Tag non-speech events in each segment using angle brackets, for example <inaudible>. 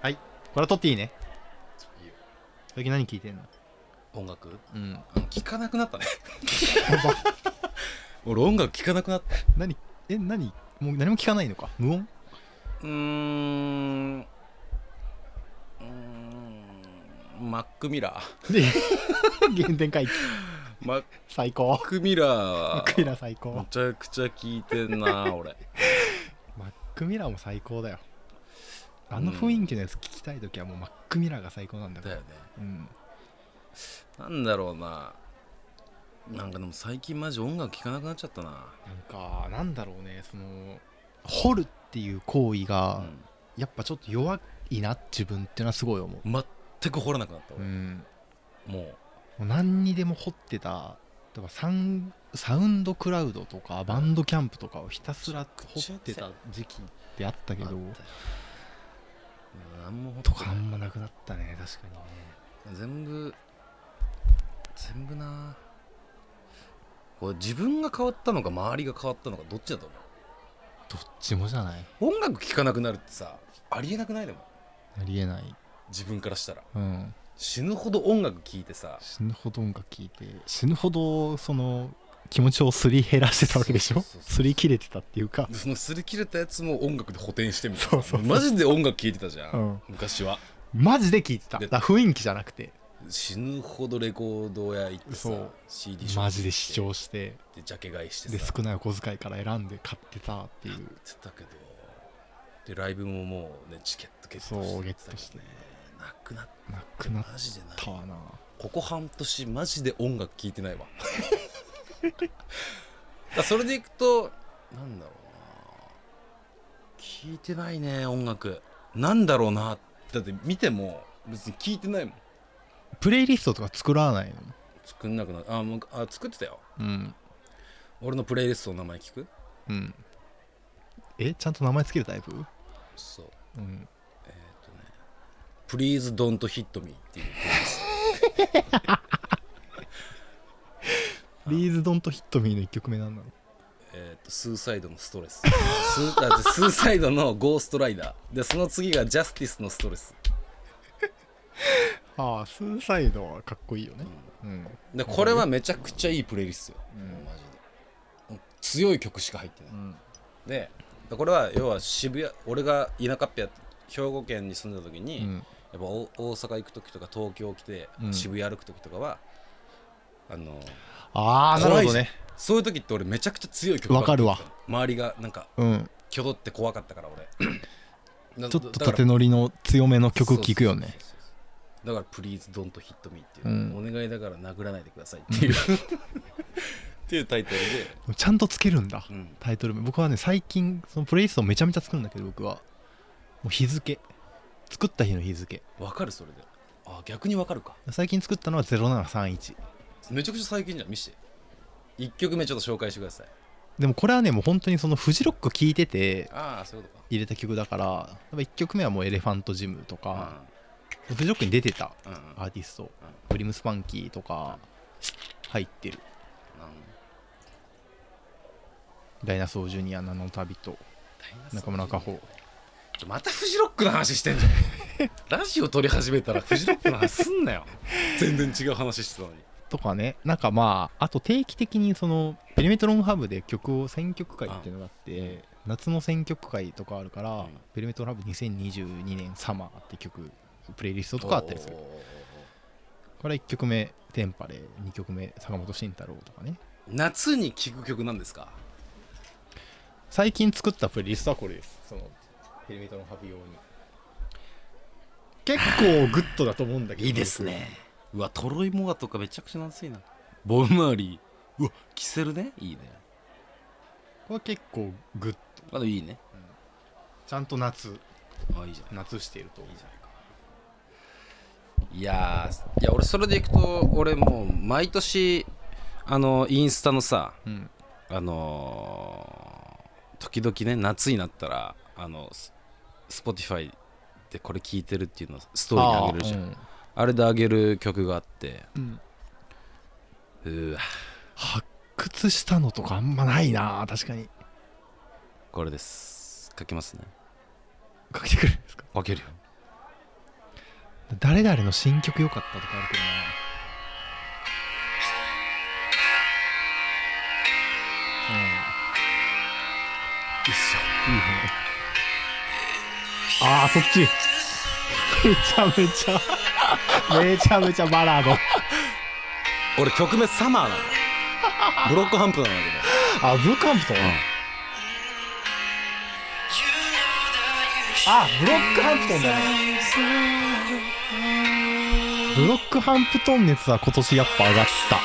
はいこれは取っていいねいいよ最近何聞いてんの音楽うんあの聞かなくなったね俺音楽聞かなくなった何え何もう何も聞かないのか無音うーんうーんマックミラーで <laughs> 原点回帰マッ最高クミラマーックミラー最高めちゃくちゃ聞いて <laughs> んな俺マックミラーも最高だよあの雰囲気のやつ聞きたい時はもうマックミラーが最高なんだかだらよねうんなんだろうななんかでも最近マジ音楽聴かなくなっちゃったな、なんかなんだろうねその掘るっていう行為が、うやっぱちょっと弱いな自分っていうのはすごい思ん、全く掘らなくなったう、う俺、ん、もうもう何にでも掘ってた例えばサンサウンドクラウドとかバンドキャンプとかをひたすら掘ってた時期ってあったけどあ何も掘っとてかあんまなくなったね確かにね全部全部なこれ自分が変わったのか周りが変わったのかどっちだと思どっちもじゃないう音楽聴かなくなるってさありえなくないでもありえない自分からしたらうん死ぬほど音楽聴いてさ死ぬほど音楽聴いて死ぬほどその気持ちをすり減らしてたわけでしそょうそうそうそうすり切れてたっていうかでその擦り切れたやつも音楽で補填してみたいなそうそうそうマジで音楽聴いてたじゃん、うん昔はマジで聴いてたでだから雰囲気じゃなくて死ぬほどレコード屋行ってさそう CD ショップ行ってマジで視聴してでジャケ買いしてさで少ないお小遣いから選んで買ってたっていうやってたけどでライブももうねチケットゲットしてそうゲットしてねなくなっなてくなっマジでなたいわなここ半年マジで音楽聴いてないわ <laughs> だそれでいくとなんだろうな聴いてないね音楽なんだろうなだって見ても別に聴いてないもんプレイリストとか作らないの作んなくなあもうあ作ってたようん俺のプレイリストの名前聞くうんえちゃんと名前つけるタイプそうえうんっ、とね「Please Don't Hit Me」っていうリーズ・ドント・ヒット・ミーの1曲目なんなのえー、とスーサイドのストレススーあスーサイドのゴーストライダーでその次がジャスティスのストレス、ああスーサイドはかっこいいよねうんでこれはめちゃくちゃいいプレイリストよ、うんマジでもう強い曲しか入ってない、うんででこれは要は渋谷俺が田舎っぺや兵庫県に住んでた時に、うやっんぱお大阪行く時とか東京来て、うん渋谷歩く時とかはあのああなるほどねそういう時って俺めちゃくちゃ強い曲ばわっかかりるわ周りがなんかうん挙動って怖かっ <coughs> たから俺なちょっとだから縦乗りの強めの曲聴くよねそうそうそうそうだから「プリーズドンとヒットミーっていう、うんお願いだから殴らないでくださいって <laughs> いうっていうタイトルで、ちゃんとつけるんだうんタイトル名僕はね最近そのプレイリストをめちゃめちゃ作るんだけど僕はもう日付作った日の日付わかるそれであ逆にわかるか最近作ったのは0731めちゃくちゃ最近じゃん見して1曲目ちょっと紹介してくださいでもこれはねもう本当にそのフジロック聴いててああそういうことか入れた曲だから1曲目はもう「エレファントジム」とか、フジロックに出てたうんうんアーティストブリムスパンキーとか入ってるなんダイナソージュニアなの旅と中村佳穂ちょまたフジロックの話してんじゃん <laughs> ラジオ撮り始めたらフジロックの話す <laughs> んなよ全然違う話してたのにとかねなんかまああと定期的にそのペリメトロンハブで曲を選曲会っていうのがあって夏の選曲会とかあるから、うんペリメトロンハブ2022年サマーって曲プレイリストとかあったりするおーおーおーこれ1曲目「テンパレ」2曲目「坂本慎太郎」とかねおー夏に聴く曲なんですか最近作ったプレイリストはこれですそのペリメトロンハブ用に結構グッドだと思うんだけどいいですねうわトロイモアとかめちゃくちゃ懐いなボンマーリーうわキセルねいいねこれは結構グッドあといいねちゃんと夏あいいじゃん夏してるといいじゃないかいやーいや俺それでいくと俺もう毎年あのインスタのさうんあのー時々ね夏になったらあのススポティファイでこれ聴いてるっていうのをストーリーにあげるじゃんあ,、あーれであげる曲があってうんうんうわ発掘したのとかあんまないな確かにこれです書きますねかけてくるんですか分けるよ誰々の新曲良かったとかあるけどなうん一緒いいねああそっちめちゃめちゃめちゃめちゃバラード俺曲名 <laughs> サマーなのブロックハンプなんだけあブルーカンプトン、ど、あブロックハンプトンだねブロックハンプトン熱は今年やっぱ上がった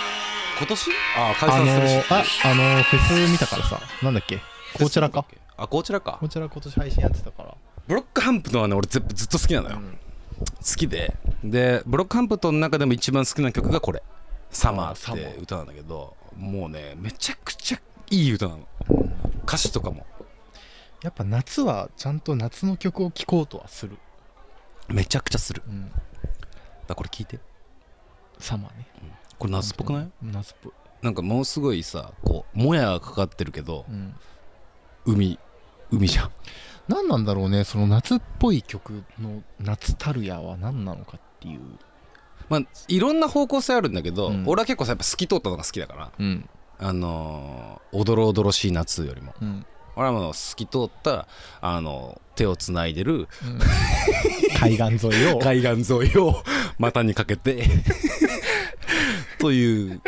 今年ああ解あの散するし、ーああのーフェス見たからさなんだっけこちらかあこちらかこちら今年配信やってたからブロックハンプトンはね俺ずずっと好きなのよ、うん好きででブロックハンプトンの中でも一番好きな曲がこれ「サマー」サっマてー歌なんだけどもうねめちゃくちゃいい歌なの歌詞とかもやっぱ夏はちゃんと夏の曲を聴こうとはする、めちゃくちゃするうん、だこれ聞いてサマーねこれ夏っぽくない夏っぽい、なんかものすごいさこうもやがかかってるけどうん、海海じゃん何なんだろうねその夏っぽい曲の「夏たるや」は何なのかっていう、まあいろんな方向性あるんだけど、うん俺は結構さやっぱ透き通ったのが好きだからうんあのー、おどろおどろしい夏よりもうん俺はもう透き通ったあの手をつないでるうん、 <laughs> 海岸沿いを <laughs> 海岸沿いを股にかけて <laughs> という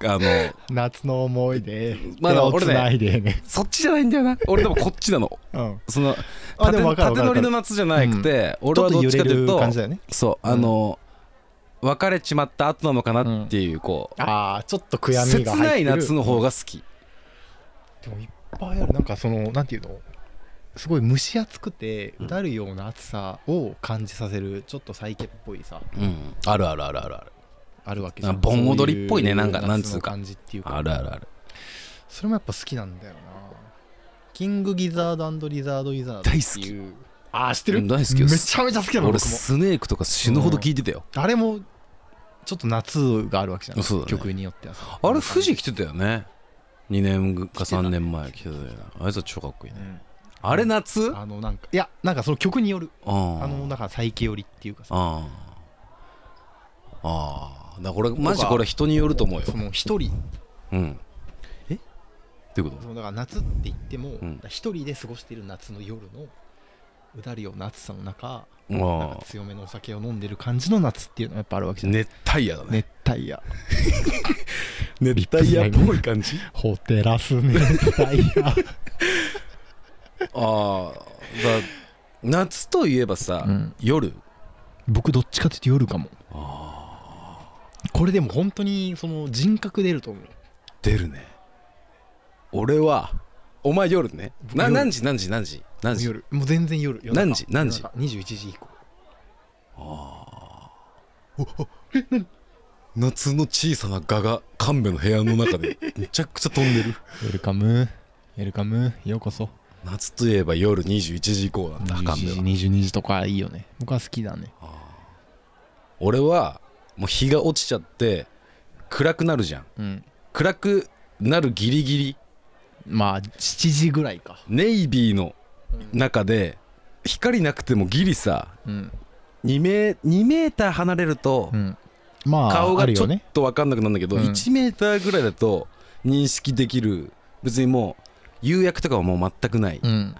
あの夏の思いでままあでだもを俺ねつないでね、そっちじゃないんだよな俺でもこっちなのうん、そのあで縦も分かる縦乗り分かのる夏じゃなくて、俺はちどょっっとち揺かとれいるうと感じだよねそうあの、別れちまった後なのかなっていうこう、ああちょっと悔やみ切が入っなている夏の方が好き、でもいっぱいあるなんかそのなんていうのすごい蒸し暑くてうんうだるような暑さを感じさせるちょっとサイケっぽいさうん、あるあるあるあるあるあるわけじゃあん盆踊りっぽいねそううなんかなんつう夏かの感じっていうあかるあるあるそれもやっぱ好きなんだよなキングギザードリザードイザードっていうああ知ってうるん大好きよめちゃめちゃ好きだもん俺僕もスネークとか死ぬほど聞いてたよ、あれもちょっと夏があるわけじゃん、そうだね曲によってはさあれ富士来てたよね2年か3年前来てたよねあいつは超かっこいいねうんあれ夏うんあのなんかいやなんかその曲によるあのあだから最近寄りっていうかさあああだからこれマジこれ人によると思うよその一人うんえっていうこそとのだから夏って言ってもんだから一、人で過ごしている夏の夜のうだるような暑さの中なんあか強めのお酒を飲んでる感じの夏っていうのはやっぱあるわけあじゃない、熱帯夜だね熱帯夜熱帯夜っぽい感じホテラス熱帯夜 <laughs> ああだ夏といえばさ、うん夜僕どっちかっていうと夜かもあこれでも本当にその人格出ると思う出るね俺はお前夜ねな夜何時何時何時何時夜もう全然夜夜中何時何時夜中21時以降夏の小さな蛾が神戸の部屋の中でめちゃくちゃ飛んで <laughs> るウェルカムウェルカムようこそ夏といえば夜21時以降なんだ21時神戸は22時とかいいよね僕は好きだね俺はもう日が落ちちゃって暗くなるじゃんうん暗くなるギリギリまあ7時ぐらいかネイビーの中で光なくてもギリさうん2メ ,2 メーター離れるとうんまあ顔あがるちょよっねと分かんなくなるんだけど、うん1メーターぐらいだと認識できる別にもう釉薬とかはもう全くない、うん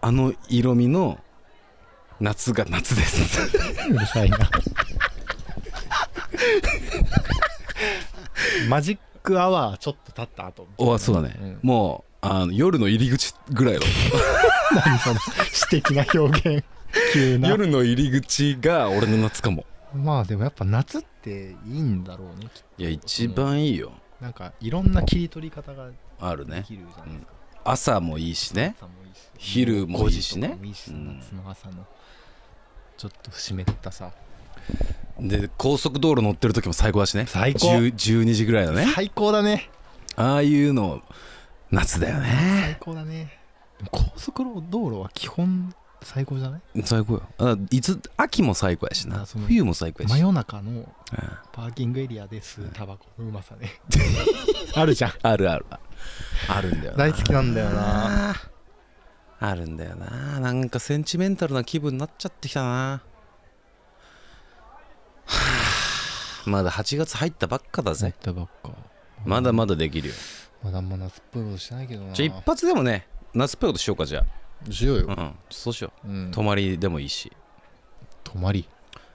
あの色味の夏が夏です <laughs> うるさい <laughs> なマジックアワーちょっと経った後おあそうだね、うんもうあの夜の入り口ぐらいの何その詩的な表 <laughs> 現急な夜の入り口が俺の夏かもまあでもやっぱ夏っていいんだろうねきっといや一番いいよなんかいろんな切り取り方があるでねきるじゃないですか、朝もいいしね朝もいいし昼もいいしね5時とかもいいしうん夏の朝のちょっと湿ったさで高速道路乗ってる時も最高だしね最高10 12時ぐらいだね最高だねああいうの夏だよね最高だね高速道路は基本最高じゃない最高よあいつ秋も最高やしなあその冬も最高やし真夜中のうんパーキングエリアで吸うタバコのうまさね <laughs> あるじゃんあるあるあるんだよな大好きなんだよなあーあるんだよななんかセンチメンタルな気分になっちゃってきたなまだ8月入ったばっかだやぜっ。たばっかまだまだできるよ。まだあんま夏っぽいことしないけどなじゃあ一発でもね、夏っぽいことしようか、じゃしようあ。よ、うん、そうしようんう。泊泊まりでもいいし。まり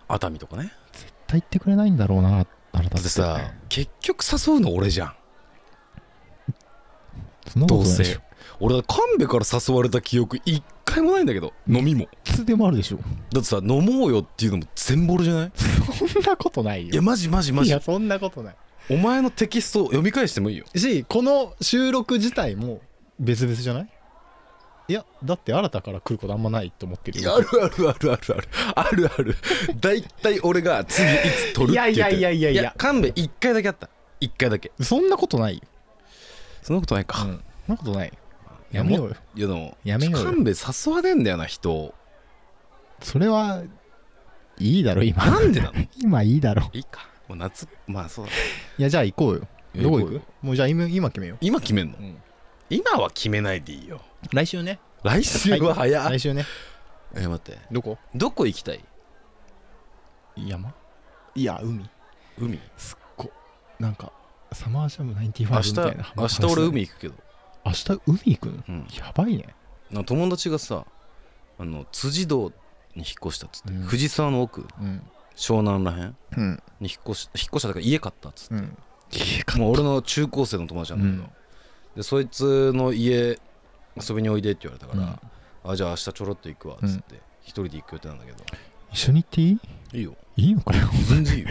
熱海とかね。絶対行ってくれないんだろうなあなただってさ、結局誘うの俺じゃん。そんなこどとうないでしせょ。俺、神戸から誘われた記憶一回もないんだけど、飲みも。いつでもあるでしょだってさ、飲もうよっていうのも全ボロじゃないそんなことないいや、マジマジマいジや。そんなことないお前のテキストを読み返してもいいよ。しこの収録自体も別々じゃないいやだって新たから来ることあんまないと思ってるいやあるあるあるあるあるあるある大体俺が次いつ取るいって言ってるやいやいやいやいや勘弁1回だけあった1回だけそんなことないよ、そんなことないうんか、そんなことないよいややめようよいやでもやめようよ勘弁誘わねえんだよな人をそれはいいだろ <laughs> 今なんでなの今いいだろいいかもう夏まあそうだいやじゃあ行こうよいやどこ行行こうくよもうじゃあ今今決めよ今決めんのう、今は決めないでいいよ来週ね来週は早い、来週ねえ待ってどこどこ行きたい山いや海海すっごなんかサマーシャム95明み日たいな明日俺海行くけど、明日海行くのうん、やばいねなんか友達がさあの辻堂に引っ越したっつって、うん藤沢の奥うん湘南らへんうんに引っ越し引っ越したとから家買ったっつって、うんもう俺の中高生の友達うなんだけど、んでそいつの家遊びにおいでって言われたから、あじゃあ明日ちょろっと行くわっつって、一人で行く予定なんだけど一緒に行っていいいいよいいのかよ全然いいよ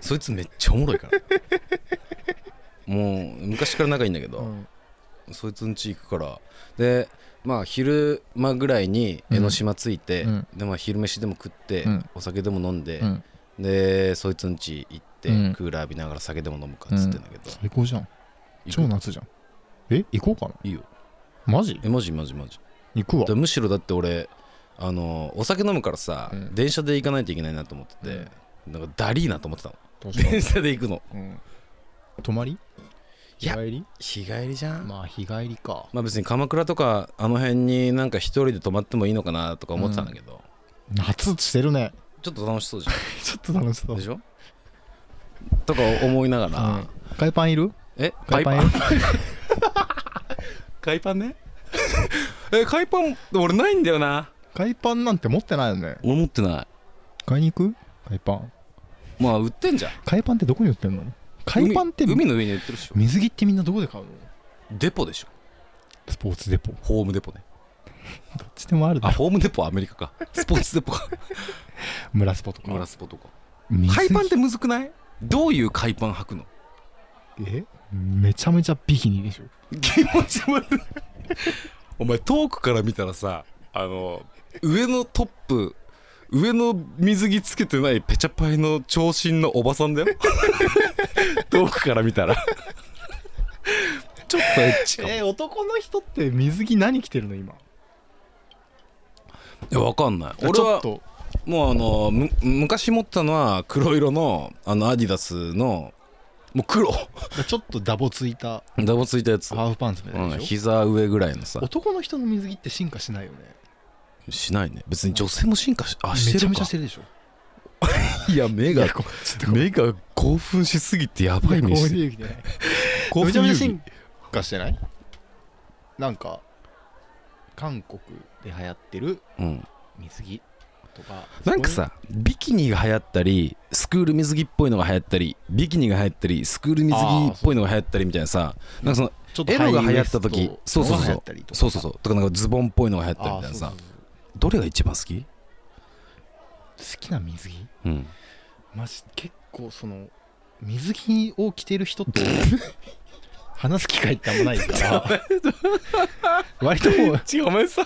そいつめっちゃおもろいからもう昔から仲いいんだけど、そいつん家行くからでまあ昼間ぐらいに江ノ島着いて、うんでまあ、昼飯でも食って、うんお酒でも飲んで、うんでそいつん家行って、うんクーラー浴びながら酒でも飲むかっつってんだけど、最高じゃん行く超夏じゃんえ行こうかないいよマジえマジマジマジ行くわでむしろだって俺あのお酒飲むからさ、うん電車で行かないといけないなと思ってて、なんかダリーなと思ってたのどうしよ電車で行くのううん泊まりい日や帰り日帰りじゃん、ままあ日帰りかあ別に鎌倉とかあの辺になんか一人で泊まってもいいのかなとか思ってたんだけど、夏してるねちょっと楽しそうじゃちょっと楽しそんでしょとか思いながら、海パンいるえ海海パパンいンる海パンね <laughs> え海パン俺ないんだよな海パンなんて持ってないよね俺持ってな買いに行く海パンいまあ売ってんじゃん海パンってどこに売ってんの海パンって海海の上に売ってるでしょ水着ってみんなどこで買うのデポでしょスポーツデポどホームデポねっちでもあるだあろホームデポはアメリカか <laughs> スポーツデポか村スポと村かスポとか水着海パンってむずくないどういう海パン履くのえめちゃめちゃビキニでしょ気持ち悪いお前遠くから見たらさあの上のトップ上の水着つけてないペチャパイの長身のおばさんだ <laughs> よ遠くから見たらちょっとエッチかもいえ男の人って水着何着てるの今やわかんないち俺ょはっともうあのむ昔持ってたのは黒色のあのアディダスのもう黒ちょっとダボついたダボついたやつハーフパンツみたいなうんでしょ膝上ぐらいのさ男の人の水着って進化しないよねしないね別に女性も進化しあめしてちゃるめちゃかしてるでしょいや目がこちょっと目が興奮しすぎてやばい目してるめち興奮ゃめちゃ遊戯進化してないなんか韓国で流行ってるうん水着とかなんかさビキニが流行ったりスクール水着っぽいのが流行ったりビキニが流行ったりスクール水着っぽいのが流行ったりみたいなさなんかそのちょっエロが流行った時そそううそそそううそううそうそうそううとかなんかズボンっぽいのが流行ったりあみたいーなそうそうそさうどれが一番好好ききな水着うんマジ結構その水着を着てる <laughs> 人と話す機会ってあんまないから割ともう違うお前さ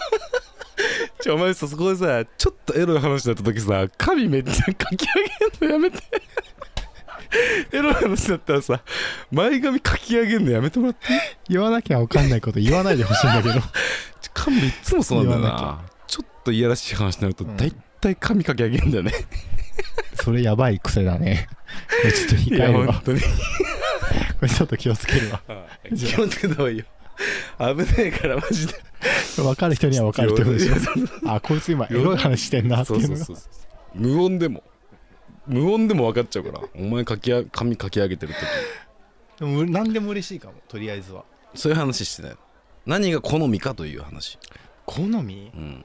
違うお前さそこでさちょっとエロい話だった時さ髪めっちゃかき上げんのやめて <laughs> エロい話だったらさ前髪かき上げんのやめてもらって言わなきゃ分かんないこと言わないでほしいんだけど <laughs> 髪いっつもそうなんだ言よわなちょっといやらしい話になるとうん大体髪かき上げんだ <laughs> よね、それやばい癖だねこれちょっと控えいやるわこ本当にれちょっと気をつけるわ気をつけた方がいいよ危ねえからマジで分かる人には分かるってことでしいょ <laughs> やそうあこいつ今エロい話してんなってそういうのそうがそうそう無音でも無音でも分かっちゃうからお前かきあ髪かき上げてる時でも何でも嬉しいかもとりあえずはそういう話してない何が好みかという話好みうん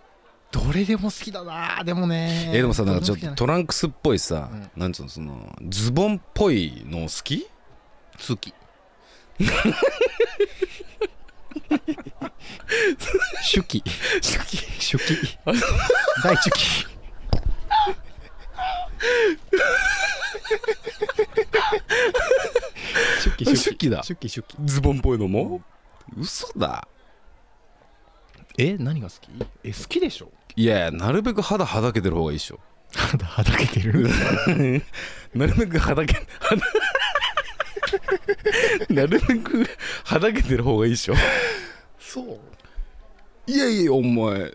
どれでも好きだなでもねえでもさなんかちょっどれも好ときトランクスっぽいさ、うなんつうのそのズボンっぽいの好きじゃない <laughs> 好き初期初期初期第一期初期初期だ初期初期ズボンっぽいのも、嘘だえ何が好きえ好きでしょいやいやなるべく肌はだけてる方がいいでしょ <laughs> 肌はだけてるなるべくはだ <laughs> けはだなるべくはだけてる方がいいでしょそういやいやお前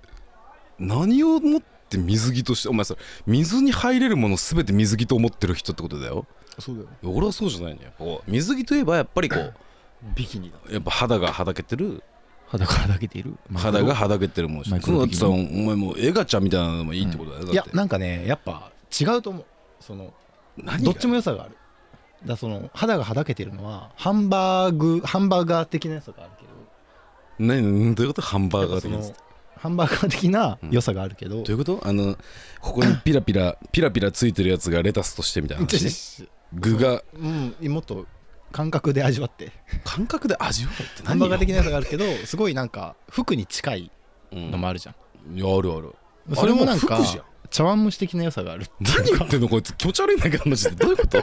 何をもって水着としてお前さ水に入れるもの全て水着と思ってる人ってことだよそうだよねいや俺はそうじゃないねやっぱこう水着といえばやっぱりこう <laughs> ビキニだやっぱ肌がはだけてる肌がはだけている肌がはだけてるもんマしイクそうロだっ的てにさお前もうエガちゃんみたいなのもいいってことだよ、いだっやてなんかねやっぱ違うと思うその何どがっちも良さがあるだからその肌がはだけてるのはハンバーグハンバーガー的な良さがあるけど何何 <laughs> どういうことハンバーやガっーぱそ的なやのつどハンバーガー的な良さがあるけど、ういうことあのここにピラピラピラピラついてるやつがレタスとしてみた <laughs> いな話ね具がうんもっと感覚で味わって感覚で味わうって何ハンバーガー的な良さがあるけどすごいなんか服に近いうんのもあるじゃん、いやあるあるそれもなんあかれも服じゃん茶碗蒸し的な良さがある何言ってんのこいつ気持ち悪いんだけどマジでどういうこと <laughs>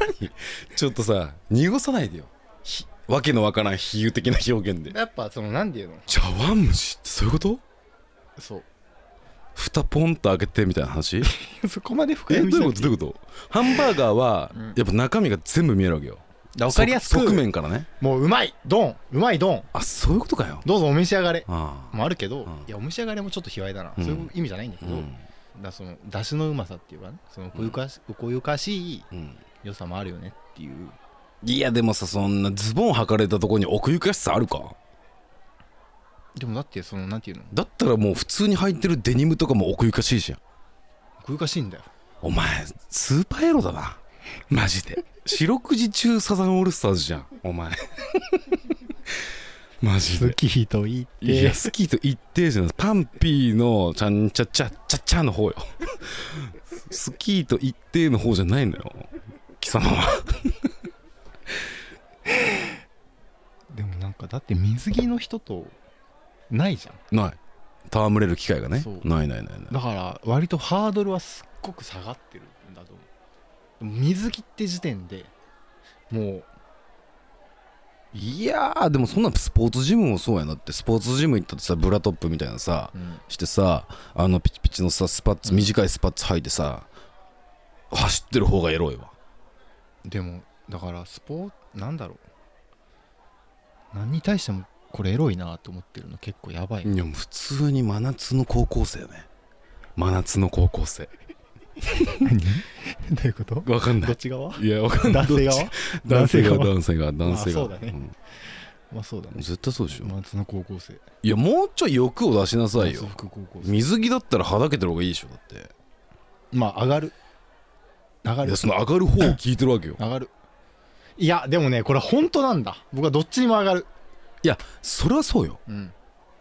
何ちょっとさ濁さないでよひわけのわからん比喩的な表現でやっぱその何て言うの茶碗蒸しってそういうことそう <laughs> 蓋ポンと開けてみたいな話そ <laughs> こまで深え読どみういうことどういうことハンバーガーはうんやっぱ中身が全部見えるわけよ分かりやす側側く面からねもううまいドンうまいドンあそういうことかよどうぞお召し上がれああもあるけど、うんいやお召し上がれもちょっと卑猥だな、うんそういう意味じゃないんだけど、だからその出汁のうまさっていうかねその奥ゆかし、奥ゆかしいうん良さもあるよねっていういやでもさそんなズボン履かれたとこに奥行きしさあるかでもだってそのなんていうのだったらもう普通に履いてるデニムとかも奥ゆかしいじゃん奥ゆかしいんだよお前スーパーエロだなマジで四六時中サザンオールスターズじゃんお前 <laughs> マジできと言っいや好きと一定じゃないパンピーのちゃんちゃちゃちゃちゃの方よスキーと一定の方じゃないのよ貴様はでもなんかだって水着の人とないじゃんない戯れる機会がねそうないないないなだいから割とハードルはすっごく下がってるんだと思うでも水着って時点でもいやーでもそんなスポーツジムもそうやなってスポーツジム行ったってさブラトップみたいなさう、うんしてさあのピチピチのさスパッツうん短いスパッツ履いてさ、走ってる方がエロいわでもだからスポーなんだろう何に対してもこれエロいなと思ってるの結構や <laughs> ばい、いやもう普通に真夏の高校生ね真夏の高校生どういうことわかんな <laughs> どっいち側いやわかんない男性側どっち男性が男性側男性が男性があそうだねまあそうだうんね絶対そうでしょ、夏の高校生いやもうちょい欲を出しなさいよ夏服高校生水着だったらはだけてる方がいいでしょだってまあ上がる上がいるやその上がる方を聞いてるわけよ上がるいやでもねこれ本当なんだ僕はどっちにも上がるいやそれはそうようん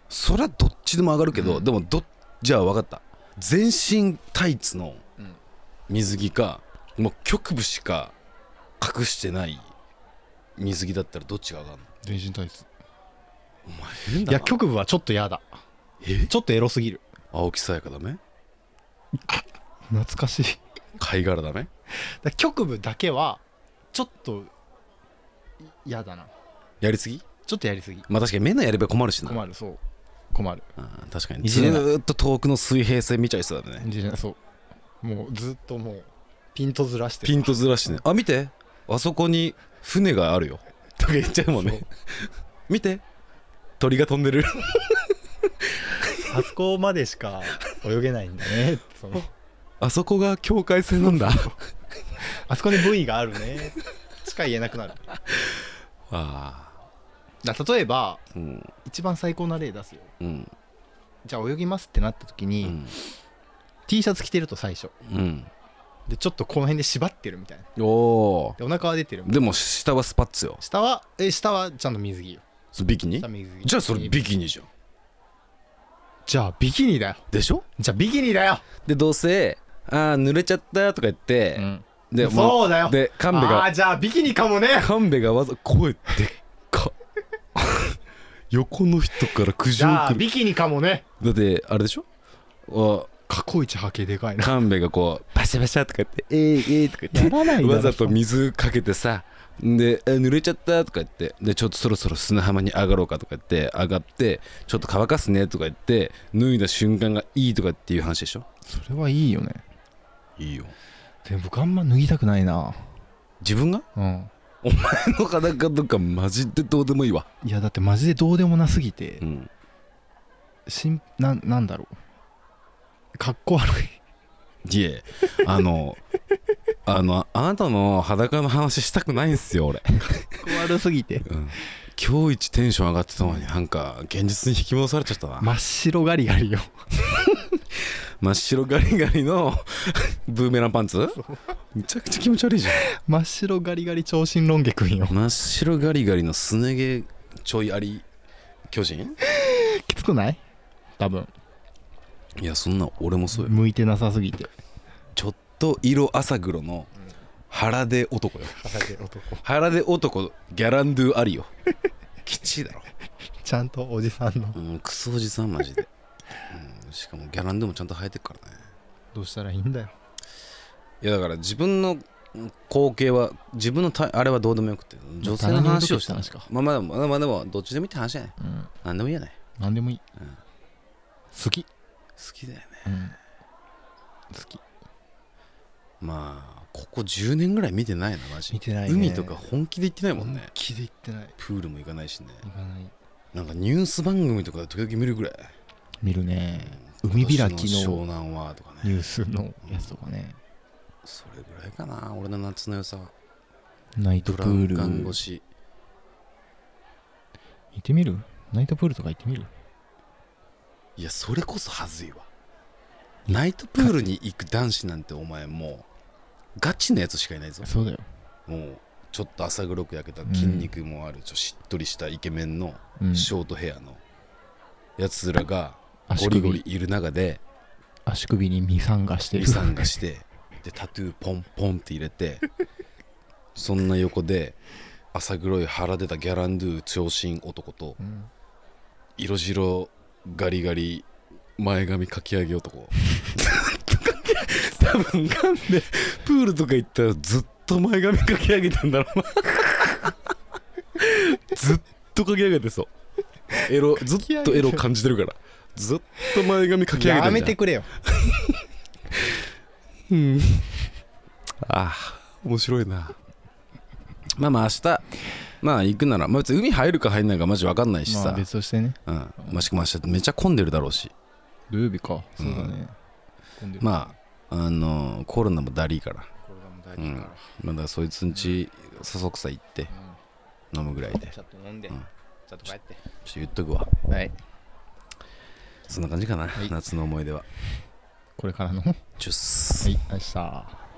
それはどっちでも上がるけど、うんでもどじゃあ分かった全身タイツのうん水着かもう局部しか隠してない水着だったらどっちが上がるの全身体質お前変いだなや局部はちょっと嫌だえちょっとエロすぎる青木さやかダメ懐かしい貝殻ダメだ局部だけはちょっと嫌だなやりすぎちょっとやりすぎまあ確かに目のやれば困るしな困るそう困るあー確かにいずじれないーっと遠くの水平線見ちゃいそうだねそうもうずっともうピントずらしてピントずらしてねあ見てあそこに船があるよとか言っちゃうもんね見て鳥が飛んでるあそこまでしか泳げないんだねそのあそこが境界線なんだあそこに部位があるねしか言えなく <laughs> なるあだ例えばあうん一番最高な例出すようんじゃあ泳ぎますってなった時うに、ん T シャツ着てると最初うんでちょっとこの辺で縛ってるみたいなおおでお腹は出てるみたいなでも下はスパッツよ下はえ下はちゃんと水着よそれビキニ下水着じゃあそれビキニじゃんじゃあビキニだよでしょじゃあビキニだよ、でどうせ「ああ濡れちゃった」とか言って、でもそうだよで神戸あがーじゃあビキニかもね神戸がわざ声でっか <laughs> 横の人から苦じ情ゃあ来るビキニかもねだってあれでしょあ過去一波形でかい神戸がこうバシャバシャとか言って「えー、えー、とか言ってならないだろわざと水かけてさでえ濡れちゃったとか言ってでちょっとそろそろ砂浜に上がろうかとか言って上がってちょっと乾かすねとか言って脱いだ瞬間がいいとかっていう話でしょそれはいいよねいいよでも僕あんま脱ぎたくないな自分が <laughs> うんの裸とかマジでどうでもいいわいやだってマジでどうでもなすぎてうんしんななんだろうかっこ悪いいえあの <laughs> あのあなたの裸の話したくないんすよ俺、かっこ悪すぎてうん、今日一テンション上がってたのになんか現実に引き戻されちゃったな真っ白ガリガリよ真っ白ガリガリのブーメランパンツ <laughs> めちゃくちゃ気持ち悪いじゃん真っ白ガリガリ長身ロン毛くんよ <laughs> 真っ白ガリガリのすね毛ちょいあり巨人きつくない多分いやそんな俺もそうよ向いてなさすぎてちょっと色朝黒の腹で男よ腹で男ギャランドゥあ <laughs> りよきっちいだろ、ちゃんとおじさんのうん、クソおじさんマジで、うん、しかもギャランドゥもちゃんと生えてるからねどうしたらいいんだよいやだから自分のうん光景は自分のたあれはどうでもよくて女性の話をしたまあ他人のことって話かまあまあまあまあでもどっちでもいいって話じゃないうん何でもいいよね何でもいいうん好き好きだよねうん好きまあここ10年ぐらい見てないなマジ見てないね海とか本気で行ってないもんね本気で言ってないプールも行かないしね行かないなんかニュース番組とかで時々見るぐらい見るね海開き今年の湘南はとかねニュースのやつとかねそれぐらいかな俺の夏の良さはナイトドプラームル缶越行しってみるナイトプールとか行ってみるいやそれこそはずいわナイトプールに行く男子なんてお前もうガチなやつしかいないぞそうだよもうちょっと浅黒く焼けた筋肉もある、ちょっとしっとりしたイケメンのうんショートヘアのやつらが足ゴリゴリ首いる中で、足首にミサンガしてるリサンがしてでタトゥーポンポンって入れてそんな横で浅黒い腹出たギャランドゥ長身男と <laughs> うん色白ガリガリ前髪かき上げ男多分なんでプールとか行ったらずっと前髪かき上げてんだろうなずっとかき上げてそうエロずっとエロ感じてるからずっと前髪かき上げてんじゃやんめてく <laughs> れようん、ああ面白いなまあまあ明日まあ行くなら、まあ、別に海入るか入んないかマジ分かんないしまあさ、別としてねうん、まあしかも明日めっちゃ混んでるだろうし土曜日かうんそうだね混んでるまああのーコロナもだりーからこれがもう大事だかまあだからそいつんちそそくさ行ってらうん飲むぐらいでちちょょっと飲んで、うんちょっと帰ってっと言っとくわはいそんな感じかな、はい夏の思い出はこれからのはいチュッス明日